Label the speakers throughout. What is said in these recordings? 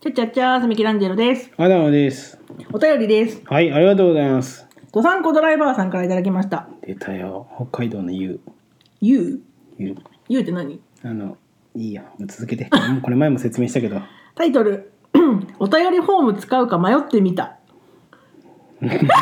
Speaker 1: ちゃっちゃっちゃー、すみきランジェロです。
Speaker 2: アダムです。
Speaker 1: お便りです。
Speaker 2: はい、ありがとうございます。
Speaker 1: ドサンコドライバーさんからいただきました。
Speaker 2: 出たよ。北海道の湯。
Speaker 1: ゆ
Speaker 2: 湯。
Speaker 1: うゆうって何
Speaker 2: あの、いいや。もう続けて。 もうこれ前も説明したけど。
Speaker 1: タイトル、 お便りフォーム使うか迷ってみた。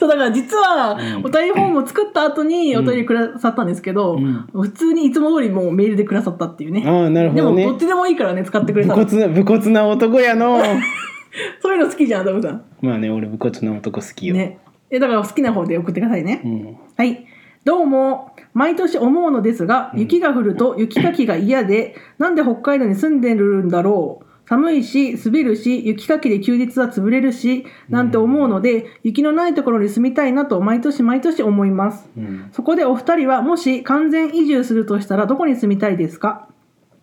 Speaker 1: そうだから実は
Speaker 2: うん
Speaker 1: お便りフォームを作った後にお便りくださったんですけど、
Speaker 2: うん
Speaker 1: 普通にいつも通りもうメールでくださったっていうね
Speaker 2: ああ、なるほど
Speaker 1: で
Speaker 2: ね
Speaker 1: もどっ。ちでもいいからね使ってくれ
Speaker 2: 武
Speaker 1: たら
Speaker 2: 骨な、武骨な男やの。
Speaker 1: そういうの好きじゃんダムさん
Speaker 2: まあね、俺武骨な男好きよ。
Speaker 1: ねえだから好きな方で送ってくださいね、
Speaker 2: うん。
Speaker 1: はい。どうも。毎年思うのですが、雪が降ると雪かきが嫌で、なんで北海道に住んでるんだろう。寒いし、滑るし、雪かきで休日は潰れるし、なんて思うので、雪のないところに住みたいなと毎年毎年思います。
Speaker 2: うん。
Speaker 1: そこでお二人はもし完全移住するとしたらどこに住みたいですか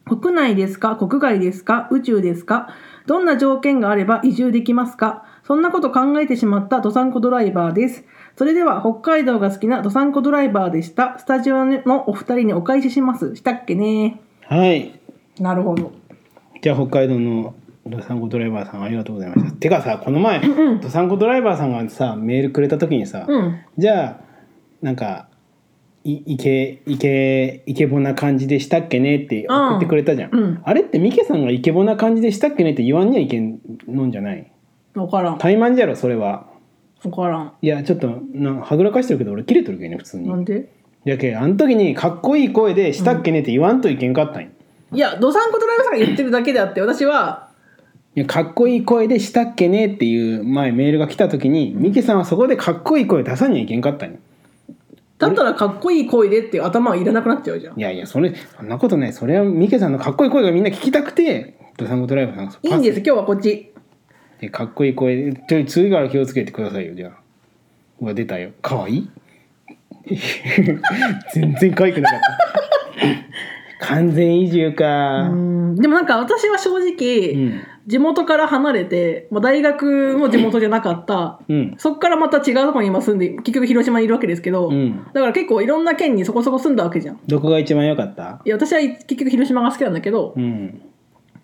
Speaker 1: 国内ですか国外ですか宇宙ですかどんな条件があれば移住できますかそんなこと考えてしまったドサンコドライバーです。それでは北海道が好きなドサンコドライバーでした。スタジオのお二人にお返しします。したっけね
Speaker 2: はい。
Speaker 1: なるほど。
Speaker 2: じゃあ北海道のドサンコドライバーさんありがとうございました。てかさ、この前、ドサンコドライバーさんがさ、メールくれた時にさ、
Speaker 1: うん。
Speaker 2: じゃあなんかいイケイケイケボな感じでしたっけねって
Speaker 1: うん
Speaker 2: 送ってくれたじゃん、
Speaker 1: うん
Speaker 2: あれってミケさんがイケボな感じでしたっけねって言わんにはいけんのんじゃない
Speaker 1: わからん。
Speaker 2: 怠慢じゃろそれは
Speaker 1: わからん。
Speaker 2: いやちょっとなはぐらかしてるけど俺切れとるけどね普通
Speaker 1: なん
Speaker 2: に
Speaker 1: で
Speaker 2: やけあの時にかっこいい声でしたっけねって言わんといけんかったんよ
Speaker 1: いや、ドサンコドライバーさんが言ってるだけであって、私は、
Speaker 2: いやかっこいい声でしたっけねっていう前メールが来た時にミケさんはそこでかっこいい声出さんにはいけんかったんよ
Speaker 1: だったらかっこいい声でっていう頭はいらなくなっちゃうじゃん。
Speaker 2: いやいや、それ、そんなことない。それは、ミケさんのかっこいい声がみんな聞きたくて、ドサンゴドライバーさんがパス
Speaker 1: いいんです、今日はこっち。
Speaker 2: でかっこいい声で、ちょい次から気をつけてくださいよ、じゃあ。うわ、出たよ。かわい い全然可愛くなかった。 完全移住か。
Speaker 1: うんでもなんか私は正直、
Speaker 2: うん。
Speaker 1: 地元から離れて、まあ、大学も地元じゃなかった、
Speaker 2: うん。
Speaker 1: そっからまた違うところに今住んで結局広島にいるわけですけど、
Speaker 2: うん。
Speaker 1: だから結構いろんな県にそこそこ住んだわけじゃん。
Speaker 2: どこが一番良かった
Speaker 1: いや私は結局広島が好きなんだけど、
Speaker 2: うん。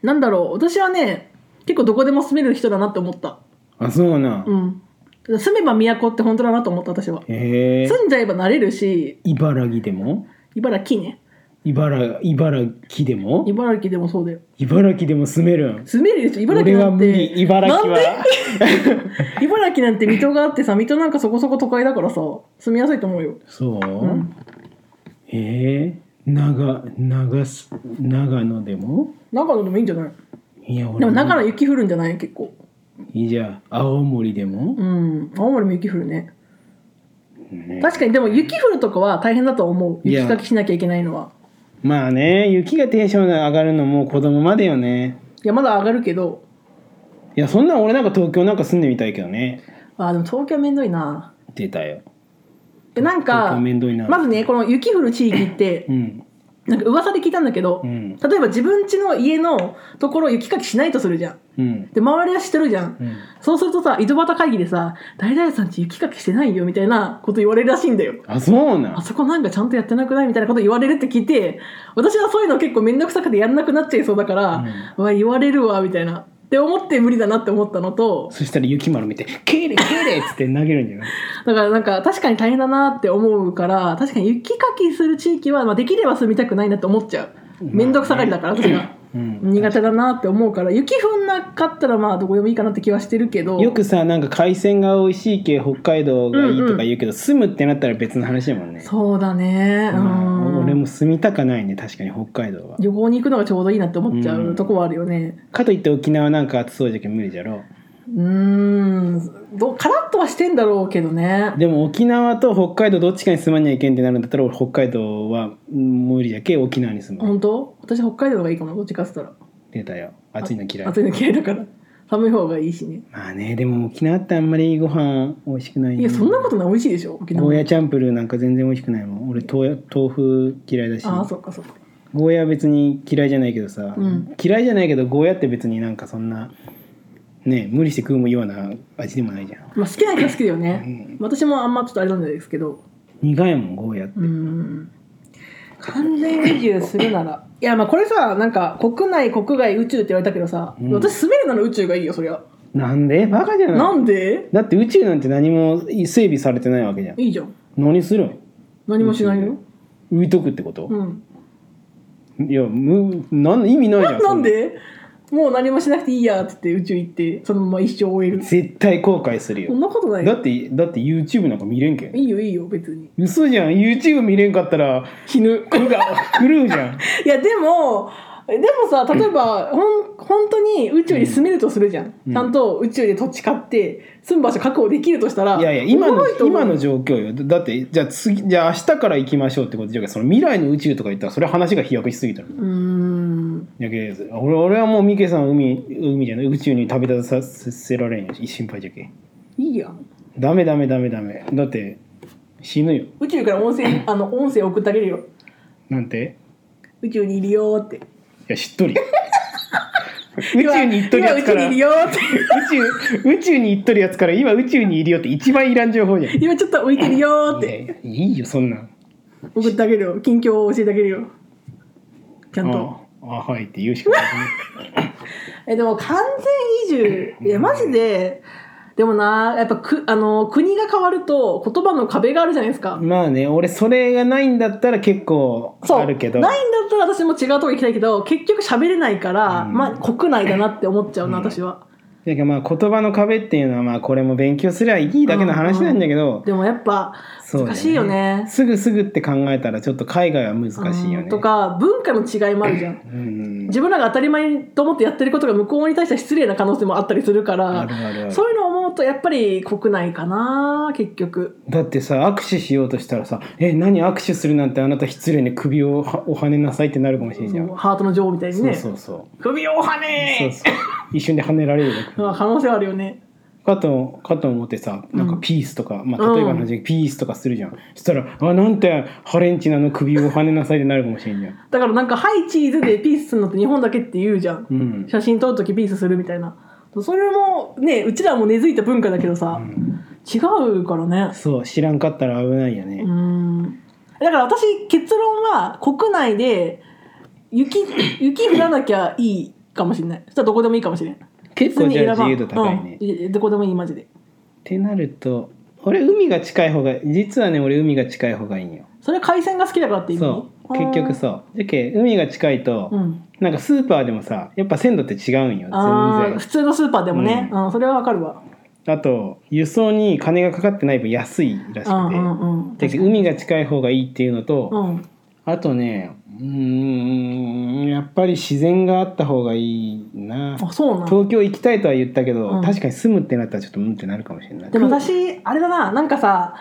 Speaker 1: なんだろう私はね結構どこでも住める人だなって思った、
Speaker 2: あ、そうな。
Speaker 1: うん、住めば都って本当だなと思った私は
Speaker 2: へえ。
Speaker 1: 住んじゃえば慣れるし
Speaker 2: 茨城でも
Speaker 1: 茨城ね
Speaker 2: 茨茨城でも
Speaker 1: 茨城でもそうだよ
Speaker 2: 茨城でも住めるん。
Speaker 1: 住めるでしょ茨
Speaker 2: 俺
Speaker 1: 城
Speaker 2: は
Speaker 1: なん
Speaker 2: 無
Speaker 1: て
Speaker 2: 理。茨城
Speaker 1: なん
Speaker 2: は
Speaker 1: で。 茨城なんて水戸があってさ水戸なんかそこそこ都会だからさ住みやすいと思うよ
Speaker 2: そう、
Speaker 1: ん
Speaker 2: えー、長長す長野でも
Speaker 1: 長野でもいいんじゃない
Speaker 2: いや俺
Speaker 1: でも長野雪降るんじゃない結構
Speaker 2: いいじゃあ青森でも
Speaker 1: う、ん青森も雪降るね
Speaker 2: ね
Speaker 1: 確かにでも雪降るとかは大変だと思う
Speaker 2: いや
Speaker 1: 雪かきしなきゃいけないのは
Speaker 2: まあね雪がテンションが上がるのも子供までよね
Speaker 1: いやまだ上がるけど
Speaker 2: いやそんなん俺なんか東京なんか住んでみたいけどね
Speaker 1: あーでも東京めんどいな
Speaker 2: 出たよ
Speaker 1: でなん
Speaker 2: 東
Speaker 1: か
Speaker 2: 京めんどいな
Speaker 1: まずねこの雪降る地域って
Speaker 2: うん
Speaker 1: なんか噂で聞いたんだけど、
Speaker 2: うん
Speaker 1: 例えば自分家の家のところ雪かきしないとするじゃん
Speaker 2: うん
Speaker 1: で周りは知ってるじゃん
Speaker 2: うん
Speaker 1: そうするとさ井戸端会議でさ「誰々さんち雪かきしてないよ」みたいなこと言われるらしいんだよ
Speaker 2: あそうな
Speaker 1: あ
Speaker 2: ん
Speaker 1: そこなんかちゃんとやってなくないみたいなこと言われるって聞いて私はそういうの結構面倒くさくてやんなくなっちゃいそうだから「うわ言われるわ」みたいなって思って無理だなって思ったのと
Speaker 2: そしたら雪丸見て「けれけれ」っつって投げるんじゃない
Speaker 1: だからなんか確かに大変だなって思うから確かに雪かきする地域は、まあ、できれば住みたくないなって思っちゃう面倒くさがりだから私が。
Speaker 2: うん
Speaker 1: 苦手だなって思うから雪降んなかったらまあどこでもいいかなって気はしてるけど
Speaker 2: よくさなんか海鮮が美味しい系北海道がいいとか言うけど、住むってなったら別の話だもんね
Speaker 1: そうだねう
Speaker 2: うん
Speaker 1: ん
Speaker 2: 俺も住みたかないね確かに北海道は
Speaker 1: 旅行に行くのがちょうどいいなって思っちゃ
Speaker 2: う
Speaker 1: うんとこはあるよね
Speaker 2: かといって沖縄なんか暑そうじゃけん無理じゃろ
Speaker 1: うーんどうカラッとはしてんだろうけどね
Speaker 2: でも沖縄と北海道どっちかに住まんにはいけんってなるんだったら俺北海道はうん無理じゃけ沖縄に住む
Speaker 1: 本当私北海道の方がいいかもどっちかっつったら
Speaker 2: 出たよ暑いの嫌い
Speaker 1: 暑いの嫌いだから寒い方がいいしね
Speaker 2: まあねでも沖縄ってあんまりご飯美味しくない、ね、
Speaker 1: いやそんなことない美味しいでしょ沖縄
Speaker 2: ゴーヤチャンプルーなんか全然美味しくないもん俺豆豆腐嫌いだし
Speaker 1: ああそっかそっか
Speaker 2: ゴーヤは別に嫌いじゃないけどさ、
Speaker 1: うん
Speaker 2: 嫌いじゃないけどゴーヤって別になんかそんなね無理して食うもような味でもないじゃん
Speaker 1: まあ好きな人は好きだよね私もあんまちょっとあれなんですけど
Speaker 2: 苦いもんゴーヤって
Speaker 1: うーん完全移住するならいやまあこれさなんか国内国外宇宙って言われたけどさ、
Speaker 2: うん
Speaker 1: 私住めるなら宇宙がいいよそりゃ、
Speaker 2: なんでバカじゃない
Speaker 1: なんで
Speaker 2: だって宇宙なんて何も整備されてないわけじゃん
Speaker 1: いいじゃん
Speaker 2: 何するん
Speaker 1: 何もしないよ、
Speaker 2: 浮いとくってこと
Speaker 1: う、ん、
Speaker 2: いやむなん意味ないじゃ ん
Speaker 1: なんでもう何もしなくていいやって言って宇宙行ってそのまま一生終え
Speaker 2: そん
Speaker 1: る
Speaker 2: な絶対後悔する
Speaker 1: そ
Speaker 2: よ
Speaker 1: んなことない
Speaker 2: だ
Speaker 1: よ
Speaker 2: ってだって YouTube なんか見れんけん
Speaker 1: いいよいいよ別に
Speaker 2: 嘘じゃん YouTube 見れんかったら
Speaker 1: 死ぬ
Speaker 2: 苦が狂うじゃん
Speaker 1: いやでもでもさ例え ばほん本当に宇宙に住めるとするじゃん、
Speaker 2: うん
Speaker 1: ちゃんと宇宙で土地買って住む場所確保できるとしたら
Speaker 2: いやいや今
Speaker 1: おも
Speaker 2: の
Speaker 1: ろいと思う
Speaker 2: 今の状況よだだってじゃあ次じゃあ明日から行きましょうってことじゃんその未来の宇宙とか言ったらそれ話が飛躍しすぎたの
Speaker 1: うーん
Speaker 2: やけど俺俺はもうミケさんを海海じゃない宇宙に旅立たせられんよ心配じゃけん
Speaker 1: いいやん
Speaker 2: ダメダメダメダメだって死ぬよ
Speaker 1: 宇宙から音声 あの音声送ってあげるよ
Speaker 2: なんて
Speaker 1: 宇宙にいるよーって
Speaker 2: いや知っとるよ宇宙に行っと る
Speaker 1: 今
Speaker 2: やつ
Speaker 1: 今宇
Speaker 2: か
Speaker 1: 宙
Speaker 2: ら
Speaker 1: にいる
Speaker 2: 宇
Speaker 1: よーって
Speaker 2: 宙宇宙に行っとるやつから今宇宙にいるよって一番いらん情報じゃん
Speaker 1: 今ちょっと浮いてるよーっ
Speaker 2: いや
Speaker 1: て
Speaker 2: いやいいよそんなん
Speaker 1: 送ってあげるよ近況を教えてあげるよちゃんと
Speaker 2: ああはいって言うしかない、
Speaker 1: えでも完全移住いやマジででもなやっぱくあの国が変わると言葉の壁があるじゃないですか、
Speaker 2: まあね俺それがないんだったら結構
Speaker 1: そう
Speaker 2: あるけど
Speaker 1: ないんだったら私も違うとこ行きたいけど結局喋れないから、
Speaker 2: うん
Speaker 1: まあ国内だなって思っちゃうな、
Speaker 2: うん
Speaker 1: 私は
Speaker 2: だからまあ言葉の壁っていうのはまあこれも勉強すりゃいいだけの話なんだけど、
Speaker 1: でもやっぱ
Speaker 2: そうだよね
Speaker 1: 難しいよね
Speaker 2: すぐすぐって考えたらちょっと海外は難しいよ
Speaker 1: う
Speaker 2: ね
Speaker 1: んとか文化の違いもあるじゃん
Speaker 2: うん
Speaker 1: 自分らが当たり前と思ってやってることが向こうに対しては失礼な可能性もあったりするか
Speaker 2: あ
Speaker 1: ら
Speaker 2: るあるある
Speaker 1: そういうのを思うとやっぱり国内かな結局
Speaker 2: だってさ握手しようとしたらさ「え何握手するなんてあなた失礼ね首をはおはねなさい」ってなるかもしれんじゃん
Speaker 1: そうハートの女王みたいに
Speaker 2: そう
Speaker 1: ね
Speaker 2: そうそう
Speaker 1: 首をは
Speaker 2: そ
Speaker 1: ね
Speaker 2: うそう一瞬で跳ねられるよ
Speaker 1: まあ可能性はあるよね
Speaker 2: かとかと思ってさなんか
Speaker 1: うん
Speaker 2: ピースとか、まあ、例えばの話だけどピースとかするじゃん、そしたら「あなんてハレンチなの首を跳ねなさい」ってなるかもしれんじゃん。
Speaker 1: だからなんか「はいチーズ」でピースするのって日本だけって言うじゃん
Speaker 2: うん
Speaker 1: 写真撮る時ピースするみたいなそれもねうちらも根付いた文化だけど
Speaker 2: う
Speaker 1: さ、
Speaker 2: ん
Speaker 1: 違うからね
Speaker 2: そう知らんかったら危ないよ
Speaker 1: う
Speaker 2: ね、
Speaker 1: んだから私結論は国内で雪雪降らなきゃいいかもしれないそしたらどこでもいいかもしれん
Speaker 2: 結構じゃあ自由度高いね、
Speaker 1: うんいやどこでもいいマジで
Speaker 2: ってなると俺海が近い方が実はね俺海が近い方がいいんよ
Speaker 1: それは海鮮が好きだからって意味
Speaker 2: そう結局そうじゃけ海が近いと、
Speaker 1: うん、
Speaker 2: なんかスーパーでもさやっぱ鮮度って違うんよ全然
Speaker 1: あー普通のスーパーでもね、
Speaker 2: う
Speaker 1: うんそれはわかるわ
Speaker 2: あと輸送に金がかかってない分安いらし
Speaker 1: うん
Speaker 2: く
Speaker 1: う
Speaker 2: て、
Speaker 1: んうん
Speaker 2: だけど海が近い方がいいっていうのと、
Speaker 1: うん
Speaker 2: あとねうーんやっぱり自然があった方がいいな
Speaker 1: あそうなん
Speaker 2: 東京行きたいとは言ったけど、
Speaker 1: うん
Speaker 2: 確かに住むってなったらちょっとうんってなるかもしれない
Speaker 1: でも私あれだななんかさ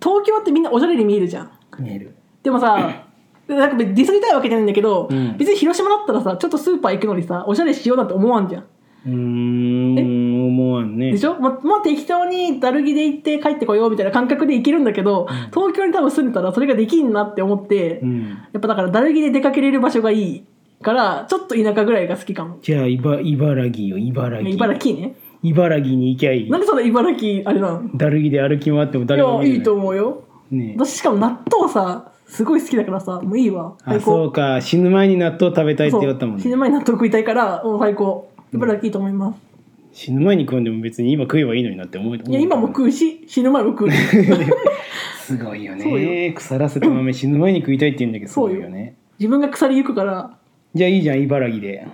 Speaker 1: 東京ってみんなおしゃれに見えるじゃん
Speaker 2: 見える
Speaker 1: でも さなんか別にディスりたいわけじゃないんだけど、
Speaker 2: うん
Speaker 1: 別に広島だったらさちょっとスーパー行くのにさおしゃれしようなんて思わんじゃん
Speaker 2: うーん思わんね
Speaker 1: でしょままあ適当にだるぎで行って帰ってこようみたいな感覚で行けるんだけど、東京に多分住んでたらそれができんなって思って、
Speaker 2: うん、
Speaker 1: やっぱだからだるぎで出かけれる場所がいいからちょっと田舎ぐらいが好きかも
Speaker 2: じゃあ茨茨城よ茨城
Speaker 1: 茨城ね
Speaker 2: 茨城に行きゃいい
Speaker 1: なんでその茨城あれなの
Speaker 2: だるぎで歩き回っても
Speaker 1: い
Speaker 2: 誰も
Speaker 1: やいいと
Speaker 2: う
Speaker 1: 思うよ
Speaker 2: ねえ
Speaker 1: 私しかも納豆さすごい好きだからさもういいわ
Speaker 2: あそうか死ぬ前に納豆食べたいって言った
Speaker 1: そ
Speaker 2: もん
Speaker 1: う
Speaker 2: ね
Speaker 1: 死ぬ前に納豆食いたいからもう最高茨城いいと思います、
Speaker 2: 死ぬ前に食うんでも別に今食えばいいのになって思う
Speaker 1: いや今も食うし死ぬ前も食 う
Speaker 2: すごいよ
Speaker 1: そう
Speaker 2: ね腐らせた豆死ぬ前に食いたいって言うんだけどす
Speaker 1: そう
Speaker 2: ご
Speaker 1: よ
Speaker 2: いよね
Speaker 1: 自分が鎖行くから、
Speaker 2: じゃあいいじゃん茨城で、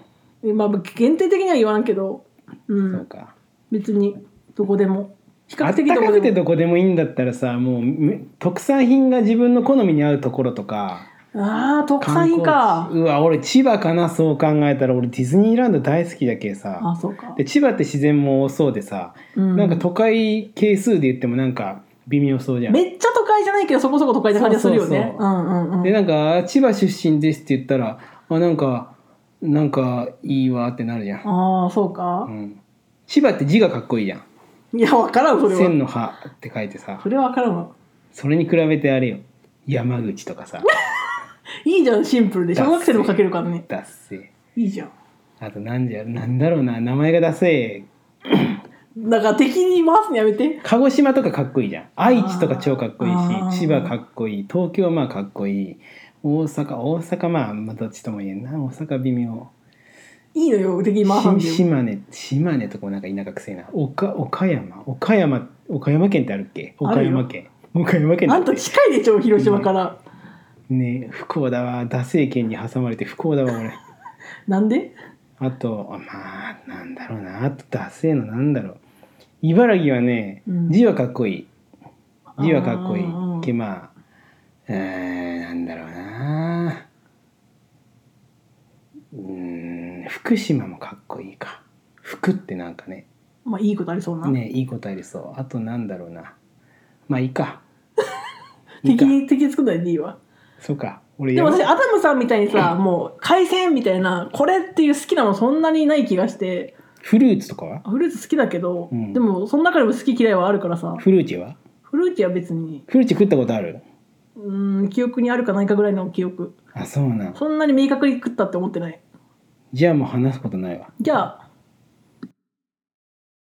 Speaker 1: まあ、限定的には言わんけど、う、
Speaker 2: そうんか
Speaker 1: 別にどこでも比
Speaker 2: あ
Speaker 1: 較
Speaker 2: った
Speaker 1: 的ど
Speaker 2: か
Speaker 1: こ
Speaker 2: く
Speaker 1: で
Speaker 2: て
Speaker 1: も
Speaker 2: どこでもいいんだったらさもうめ特産品が自分の好みに合うところとか
Speaker 1: ああ特産品
Speaker 2: 観
Speaker 1: か
Speaker 2: 光地うわ俺千葉かなそう考えたら俺ディズニーランド大好きだけさ
Speaker 1: あそうか
Speaker 2: で千葉って自然も多そうでさ、
Speaker 1: うん
Speaker 2: なんか都会係数で言ってもなんか微妙そうじゃん。
Speaker 1: めっちゃ都会じゃないけどそこそこ都会な感じがするよね
Speaker 2: そう
Speaker 1: う
Speaker 2: そうん
Speaker 1: うんう
Speaker 2: で
Speaker 1: ん
Speaker 2: なんかあ「千葉出身です」って言ったら「あなんかなんかいいわ」ってなるじゃん。
Speaker 1: ああそうか
Speaker 2: う、ん、千葉って字がかっこいいじゃん。
Speaker 1: いや分からんそれ
Speaker 2: 千
Speaker 1: は
Speaker 2: の葉って書いてさ
Speaker 1: それは分からんわ
Speaker 2: それに比べてあれよ山口とかさ
Speaker 1: いいじゃんシンプルで小学生でも書けるからね
Speaker 2: ダッセ
Speaker 1: いいじゃん
Speaker 2: ーあと何じゃなんだろうな名前がダセー
Speaker 1: だから敵に回すのやめて
Speaker 2: 鹿児島とかかっこいいじゃん愛知とか超かっこいいし
Speaker 1: あー
Speaker 2: 千葉かっこいい東京まあかっこいい大阪大阪まあまあどっちとも言えんな大阪微妙
Speaker 1: いいのよ、敵マーハン
Speaker 2: し
Speaker 1: でも。
Speaker 2: 島根島根とかもなんか田舎くせえな岡岡山岡山岡山県ってあるっけ岡山県岡山県だ
Speaker 1: あ
Speaker 2: っ
Speaker 1: ん
Speaker 2: け
Speaker 1: た近いでしょ、広島から。
Speaker 2: ねえ不幸だわ惰性県に挟まれて不幸だわ俺
Speaker 1: なんで
Speaker 2: あとあまあなんだろうなあと惰性のなんだろう茨城はね
Speaker 1: うん
Speaker 2: 字はかっこいい字はかっこい
Speaker 1: あー
Speaker 2: いけまあえー、なんだろうなうーん福島もかっこいいか福ってなんかね
Speaker 1: まあ、いいことありそうな。
Speaker 2: ねいい答えですそうあとなんだろうなまあいいかいいか
Speaker 1: 敵、敵作んないでいいわ。
Speaker 2: そうか俺
Speaker 1: でも私、
Speaker 2: 山
Speaker 1: アダムさんみたいにさ、もう、海鮮みたいな、これっていう好きなのそんなにない気がして、
Speaker 2: フルーツとかは
Speaker 1: フルーツ好きだけど、
Speaker 2: うん
Speaker 1: でも、その中でも好き嫌いはあるからさ、
Speaker 2: フルーチェは
Speaker 1: フルーツは別に、
Speaker 2: フルーチェ食ったことある
Speaker 1: うーん、記憶にあるかないかぐらいの記憶。
Speaker 2: あそうなん
Speaker 1: そんなに明確に食ったって思ってない。
Speaker 2: じゃあもう話すことないわ
Speaker 1: じゃあ、